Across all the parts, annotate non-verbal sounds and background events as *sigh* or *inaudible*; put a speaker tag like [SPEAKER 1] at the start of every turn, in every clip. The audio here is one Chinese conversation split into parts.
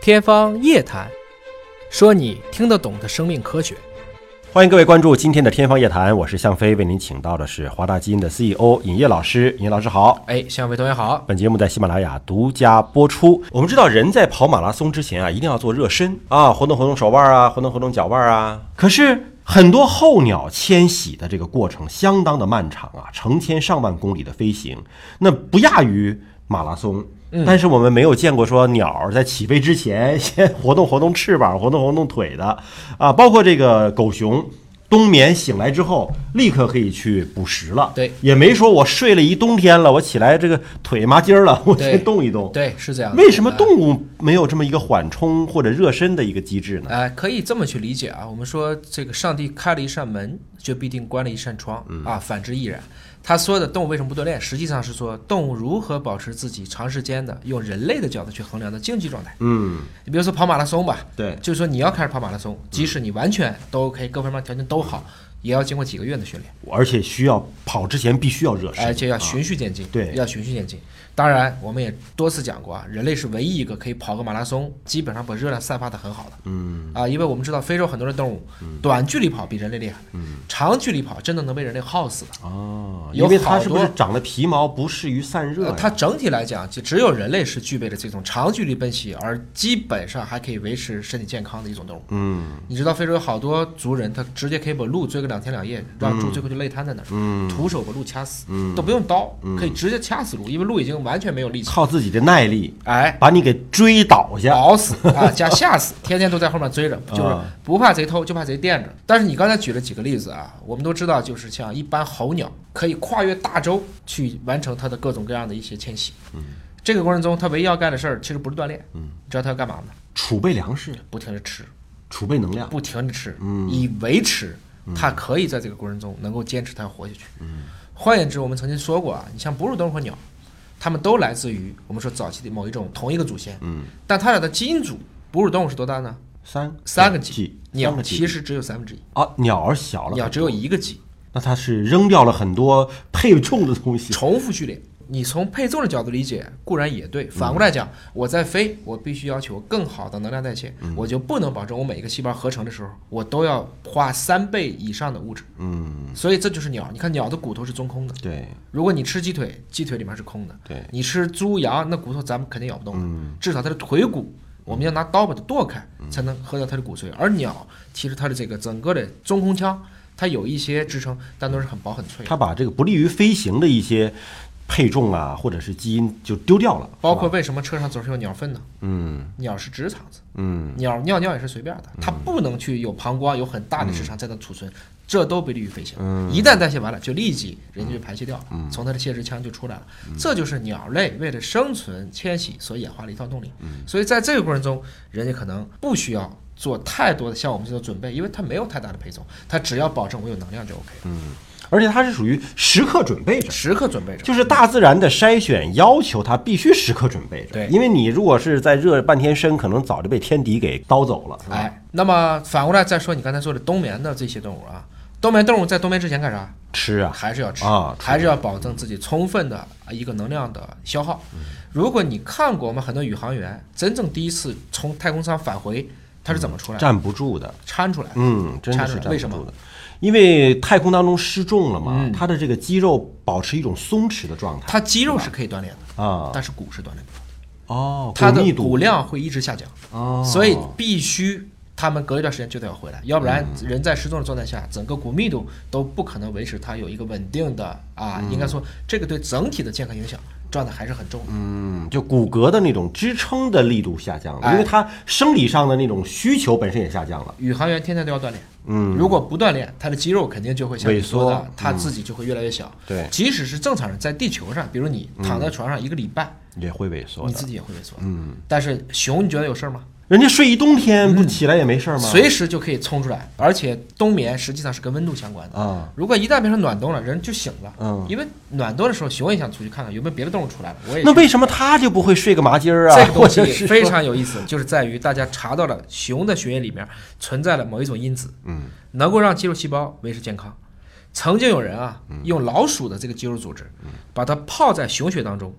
[SPEAKER 1] 天方夜谭，说你听得懂的生命科学。
[SPEAKER 2] 欢迎各位关注今天的《天方夜谭》，我是向飞，为您请到的是华大基因的 CEO 尹烨老师。尹烨老师好。
[SPEAKER 1] 哎，向伟同学好，
[SPEAKER 2] 本节目在喜马拉雅独家播出。我们知道，人在跑马拉松之前啊，一定要做热身啊，活动活动手腕啊，活动活动脚腕啊。可是很多候鸟迁徙的这个过程相当的漫长啊，成千上万公里的飞行，那不亚于马拉松。但是我们没有见过说鸟儿在起飞之前先活动活动翅膀、活动活动腿的啊，包括这个狗熊。冬眠醒来之后，立刻可以去捕食了。
[SPEAKER 1] 对，
[SPEAKER 2] 也没说我睡了一冬天了，我起来这个腿麻筋儿了，我
[SPEAKER 1] 对
[SPEAKER 2] 先动一动。
[SPEAKER 1] 对，是这样的。
[SPEAKER 2] 为什么
[SPEAKER 1] 啊
[SPEAKER 2] 动物没有这么一个缓冲或者热身的一个机制呢？
[SPEAKER 1] 呃，可以这么去理解啊。我们说这个上帝开了一扇门，就必定关了一扇窗、
[SPEAKER 2] 嗯
[SPEAKER 1] 啊，反之亦然。他说的动物为什么不锻炼，实际上是说动物如何保持自己长时间的用人类的角度去衡量的竞技状态。
[SPEAKER 2] 嗯，
[SPEAKER 1] 你比如说跑马拉松吧，
[SPEAKER 2] 对，
[SPEAKER 1] 就是说你要开始跑马拉松，即使你完全都 OK，各方面条件都好，也要经过几个月的训练，
[SPEAKER 2] 而且需要跑之前必须要热身，
[SPEAKER 1] 而且要循序渐进。
[SPEAKER 2] 啊对
[SPEAKER 1] 要循序渐进。当然，我们也多次讲过啊，人类是唯一一个可以跑个马拉松，基本上把热量散发的很好的。
[SPEAKER 2] 嗯，
[SPEAKER 1] 啊，因为我们知道非洲很多的动物，短距离跑比人类厉害，
[SPEAKER 2] 嗯
[SPEAKER 1] 长距离跑真的能被人类耗死的。
[SPEAKER 2] 哦，
[SPEAKER 1] 有
[SPEAKER 2] 因为它
[SPEAKER 1] 好
[SPEAKER 2] 是不
[SPEAKER 1] 多
[SPEAKER 2] 是长了皮毛，不适于散热
[SPEAKER 1] 呃
[SPEAKER 2] 呀？
[SPEAKER 1] 它整体来讲，就只有人类是具备了这种长距离奔袭，而基本上还可以维持身体健康的一种动物。
[SPEAKER 2] 嗯，
[SPEAKER 1] 你知道非洲有好多族人，他直接可以把鹿追个两天两夜，让
[SPEAKER 2] 嗯
[SPEAKER 1] 猪最后就累瘫在那儿，徒手把鹿掐死，都不用刀，
[SPEAKER 2] 嗯
[SPEAKER 1] 可以直接掐死鹿，因为鹿已经完全没有力气，
[SPEAKER 2] 靠自己的耐力
[SPEAKER 1] 哎，
[SPEAKER 2] 把你给追倒下。
[SPEAKER 1] 熬 *laughs* 死啊，加吓死，天天都在后面追着，就是
[SPEAKER 2] 啊
[SPEAKER 1] 不怕贼偷，就怕贼惦着。但是你刚才举了几个例子啊，我们都知道，就是像一般候鸟可以跨越大洲去完成它的各种各样的一些迁徙。嗯，这个过程中，它唯一要干的事儿其实不是锻炼，嗯，知道它要干嘛吗？
[SPEAKER 2] 储备粮食，
[SPEAKER 1] 不停的吃，
[SPEAKER 2] 储备能量。
[SPEAKER 1] 不停的吃，
[SPEAKER 2] 嗯
[SPEAKER 1] 以维持它可以在这个过程中能够坚持它活下去。
[SPEAKER 2] 嗯
[SPEAKER 1] 换言之，我们曾经说过啊，你像哺乳动物和鸟，它们都来自于我们说早期的某一种同一个祖先，
[SPEAKER 2] 嗯，
[SPEAKER 1] 但它俩的基因组，哺乳动物是多大呢？
[SPEAKER 2] 三
[SPEAKER 1] 三个 G，
[SPEAKER 2] G，三
[SPEAKER 1] 鸟
[SPEAKER 2] 个
[SPEAKER 1] 其
[SPEAKER 2] G
[SPEAKER 1] 实只有三分之一，
[SPEAKER 2] 啊，鸟儿小了，
[SPEAKER 1] 鸟只有一个 G，
[SPEAKER 2] 那它是扔掉了很多 *laughs* 配重的东西。
[SPEAKER 1] 重复序列。你从配重的角度理解固然也
[SPEAKER 2] 嗯
[SPEAKER 1] 对，反过来讲，我在飞，我必须要求更好的能量代谢，
[SPEAKER 2] 嗯
[SPEAKER 1] 我就不能保证我每一个细胞合成的时候，我都要花三倍以上的物质。
[SPEAKER 2] 嗯，
[SPEAKER 1] 所以这就是鸟，你看鸟的骨头是中空的，
[SPEAKER 2] 对
[SPEAKER 1] 如果你吃鸡腿，鸡腿里面是空的；
[SPEAKER 2] 对，嗯
[SPEAKER 1] 你吃猪羊，那骨头咱们肯定咬不动的，至少它的腿骨，我们要拿刀把它剁开，才能喝掉它的骨髓。而鸟其实它的这个整个的中空腔，它有一些支撑，但都是很薄很脆的。
[SPEAKER 2] 它把这个不利于飞行的一些配重啊，或者是基因就丢掉了，
[SPEAKER 1] 包
[SPEAKER 2] 是吧
[SPEAKER 1] 括为什么车上总是有鸟粪呢？
[SPEAKER 2] 嗯
[SPEAKER 1] 鸟是直肠子，
[SPEAKER 2] 嗯
[SPEAKER 1] 鸟尿尿也是随便的，它不能去有膀胱有很大的直肠在那储存，
[SPEAKER 2] 嗯
[SPEAKER 1] 这都不利于飞行。一旦代谢完了，就立即人家就排泄掉了，
[SPEAKER 2] 嗯
[SPEAKER 1] 从它的泄殖腔就出来了。这就是鸟类为了生存迁徙所演化的一套动力。
[SPEAKER 2] 嗯
[SPEAKER 1] 所以在这个过程中，人家可能不需要。做太多的像我们这种准备，因为它没有太大的配送，它只要保证我有能量就 OK
[SPEAKER 2] 嗯
[SPEAKER 1] 了，
[SPEAKER 2] 而且它是属于时刻准备着。
[SPEAKER 1] 时刻准备着。
[SPEAKER 2] 就是大自然的筛选要求，它必须时刻准备着。
[SPEAKER 1] 对
[SPEAKER 2] 因为你如果是在热半天身，可能早就被天敌给叨走了，是吧？
[SPEAKER 1] 哎，那么反过来再说你刚才说的冬眠的这些动物啊，冬眠动物在冬眠之前干啥？
[SPEAKER 2] 吃啊，
[SPEAKER 1] 还是要吃
[SPEAKER 2] 啊
[SPEAKER 1] 还是要保证自己充分的一个能量的消耗。
[SPEAKER 2] 嗯
[SPEAKER 1] 如果你看过我们很多宇航员真正第一次从太空舱返回，他是怎么出来的？
[SPEAKER 2] 站不住的。
[SPEAKER 1] 搀出来的。
[SPEAKER 2] 嗯，真的是
[SPEAKER 1] 啊掐着
[SPEAKER 2] 站
[SPEAKER 1] 为
[SPEAKER 2] 不
[SPEAKER 1] 什么嗯
[SPEAKER 2] 住的，因为太空当中失重了嘛，它的这个肌肉保持一种松弛的状态
[SPEAKER 1] 他肌肉是可以锻炼的，
[SPEAKER 2] 啊。
[SPEAKER 1] 但是骨是锻炼不了的，
[SPEAKER 2] 哦，
[SPEAKER 1] 他的
[SPEAKER 2] 骨密
[SPEAKER 1] 骨
[SPEAKER 2] 度
[SPEAKER 1] 量会一直下降，
[SPEAKER 2] 哦，嗯
[SPEAKER 1] 所以必须。他们隔一段时间就得要回来，要不然人在失重的状态下，整个骨密度都不可能维持它有一个稳定的啊，应该说这个对整体的健康影响状态还是很重的。
[SPEAKER 2] 嗯，就骨骼的那种支撑的力度下降了，
[SPEAKER 1] 哎
[SPEAKER 2] 因为它生理上的那种需求本身也下降了。
[SPEAKER 1] 宇航员天天都要锻炼，嗯，如果不锻炼，他的肌肉肯定就会像你说
[SPEAKER 2] 萎
[SPEAKER 1] 的
[SPEAKER 2] 缩，嗯
[SPEAKER 1] 他自己就会越来越小。
[SPEAKER 2] 对嗯
[SPEAKER 1] 即使是正常人，在地球上，比如你躺在床上一个礼拜，
[SPEAKER 2] 也会萎缩
[SPEAKER 1] 你自己也会萎缩。嗯，但是熊，你觉得有事儿吗？
[SPEAKER 2] 人家睡一冬天不起来也没事儿吗？
[SPEAKER 1] 随时就嗯可以冲出来，而且冬眠实际上是跟温度相关的。
[SPEAKER 2] 啊，
[SPEAKER 1] 如果一旦变成暖冬了，人就醒了。
[SPEAKER 2] 嗯，
[SPEAKER 1] 因为暖冬的时候，熊也想出去看看有没有别的动物出来了。我也
[SPEAKER 2] 那为什么他就不会睡个麻筋儿啊？
[SPEAKER 1] 这个东
[SPEAKER 2] 或
[SPEAKER 1] 西
[SPEAKER 2] 者是
[SPEAKER 1] 非常有意思，就是在于大家查到了熊的血液里面存在了某一种因子，嗯，能够让肌肉细胞维持健康。曾经有人
[SPEAKER 2] 嗯
[SPEAKER 1] 啊，用老鼠的这个肌肉组织，把它泡在熊血当中，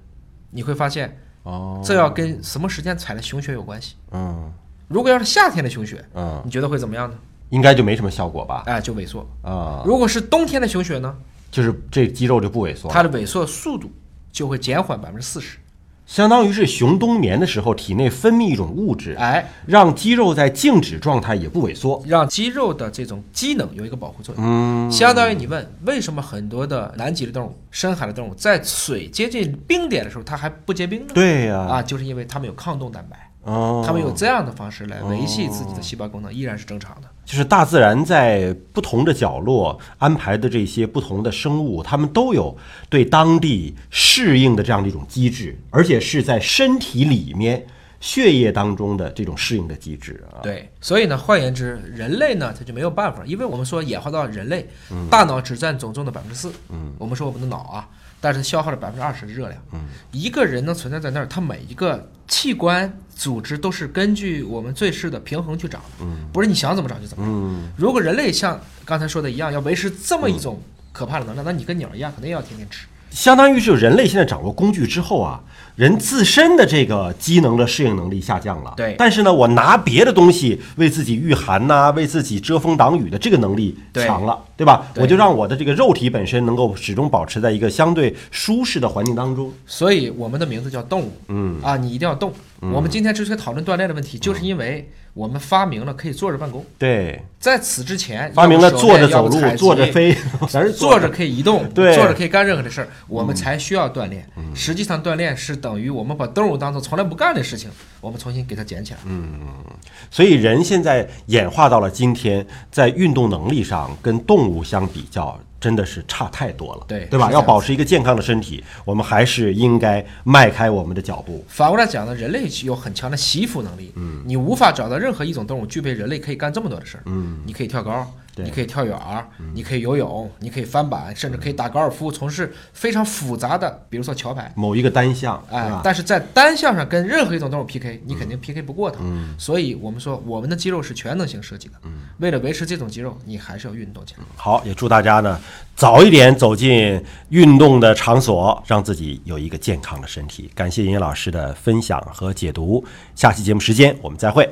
[SPEAKER 1] 你会发现
[SPEAKER 2] 哦，
[SPEAKER 1] 这要跟什么时间踩的熊雪有关系。
[SPEAKER 2] 嗯
[SPEAKER 1] 如果要是夏天的熊雪，
[SPEAKER 2] 嗯，
[SPEAKER 1] 你觉得会怎么样呢？
[SPEAKER 2] 应该就没什么效果吧？
[SPEAKER 1] 哎，就萎缩。
[SPEAKER 2] 啊，
[SPEAKER 1] 如果是冬天的熊雪呢，
[SPEAKER 2] 就是这肌肉就不萎缩了，
[SPEAKER 1] 它的萎缩速度就会减缓百分之四十。
[SPEAKER 2] 相当于是熊冬眠的时候体内分泌一种物质，
[SPEAKER 1] 哎，
[SPEAKER 2] 让肌肉在静止状态也不萎缩。
[SPEAKER 1] 让肌肉的这种机能有一个保护作用。
[SPEAKER 2] 嗯，
[SPEAKER 1] 相当于你问为什么很多的南极的动物、深海的动物在水接近冰点的时候它还不结冰呢？
[SPEAKER 2] 对呀、
[SPEAKER 1] 啊，就是因为它们有抗冻蛋白，
[SPEAKER 2] 哦，
[SPEAKER 1] 它们有这样的方式来维系自己的细胞功能，依然是正常的。
[SPEAKER 2] 就是大自然在不同的角落安排的这些不同的生物，它们都有对当地适应的这样的一种机制，而且是在身体里面、血液当中的这种适应的机制啊。
[SPEAKER 1] 对，所以呢，换言之，人类呢，它就没有办法，因为我们说演化到人类，大脑只占总重的百分之四，嗯，我们说我们的脑啊，但是消耗了百分之二十的热量，嗯，一个人呢存在在那儿，他每一个器官组织都是根据我们最适的平衡去长的，嗯，不是你想怎么长就怎么长。
[SPEAKER 2] 嗯，
[SPEAKER 1] 如果人类像刚才说的一样，要维持这么一种可怕的能量，那你跟鸟一样，肯定要天天吃。
[SPEAKER 2] 相当于是人类现在掌握工具之后啊，人自身的这个机能的适应能力下降了。
[SPEAKER 1] 对
[SPEAKER 2] 但是呢，我拿别的东西为自己御寒呐、为自己遮风挡雨的这个能力
[SPEAKER 1] 对
[SPEAKER 2] 强了，对吧？
[SPEAKER 1] 对
[SPEAKER 2] 我就让我的这个肉体本身能够始终保持在一个相对舒适的环境当中。
[SPEAKER 1] 所以我们的名字叫动物，
[SPEAKER 2] 嗯
[SPEAKER 1] 啊，你一定要动。我们今天之所以讨论锻炼的问题，就是因为我们发明了可以坐着办公。
[SPEAKER 2] 对，
[SPEAKER 1] 在此之前，
[SPEAKER 2] 发明
[SPEAKER 1] 要
[SPEAKER 2] 了
[SPEAKER 1] 不手
[SPEAKER 2] 坐
[SPEAKER 1] 链
[SPEAKER 2] 着走
[SPEAKER 1] 要不
[SPEAKER 2] 路、
[SPEAKER 1] 采集
[SPEAKER 2] 坐着飞，
[SPEAKER 1] *laughs*
[SPEAKER 2] 全 *laughs* 是
[SPEAKER 1] 坐着可以移动，
[SPEAKER 2] 对嗯
[SPEAKER 1] 坐着可以干任何的事儿，我们才需要锻炼。实际上，锻炼是等于我们把动物当做从来不干的事情，我们重新给它捡起来。
[SPEAKER 2] 嗯所以人现在演化到了今天，在运动能力上跟动物相比较，真的是差太多了，
[SPEAKER 1] 对
[SPEAKER 2] 对吧？
[SPEAKER 1] 是这样子
[SPEAKER 2] 要保持一个健康的身体，我们还是应该迈开我们的脚步。
[SPEAKER 1] 反过来讲呢，人类有很强的吸附能力，
[SPEAKER 2] 嗯
[SPEAKER 1] 你无法找到任何一种动物具备人类可以干这么多的事儿。你可以跳高，
[SPEAKER 2] 嗯对嗯
[SPEAKER 1] 你可以跳远儿，你可以游泳，你可以翻板，甚至可以打高尔夫，从事非常复杂的，比如说桥牌。
[SPEAKER 2] 某一个单项，
[SPEAKER 1] 哎
[SPEAKER 2] 是吧，嗯
[SPEAKER 1] 但是在单项上跟任何一种动物 PK，你肯定 PK 不过它。所以我们说，我们的肌肉是全能型设计的。
[SPEAKER 2] 嗯
[SPEAKER 1] 为了维持这种肌肉，你还是要运动起来。
[SPEAKER 2] 好，也祝大家呢早一点走进运动的场所，让自己有一个健康的身体。感谢尹烨老师的分享和解读，下期节目时间我们再会。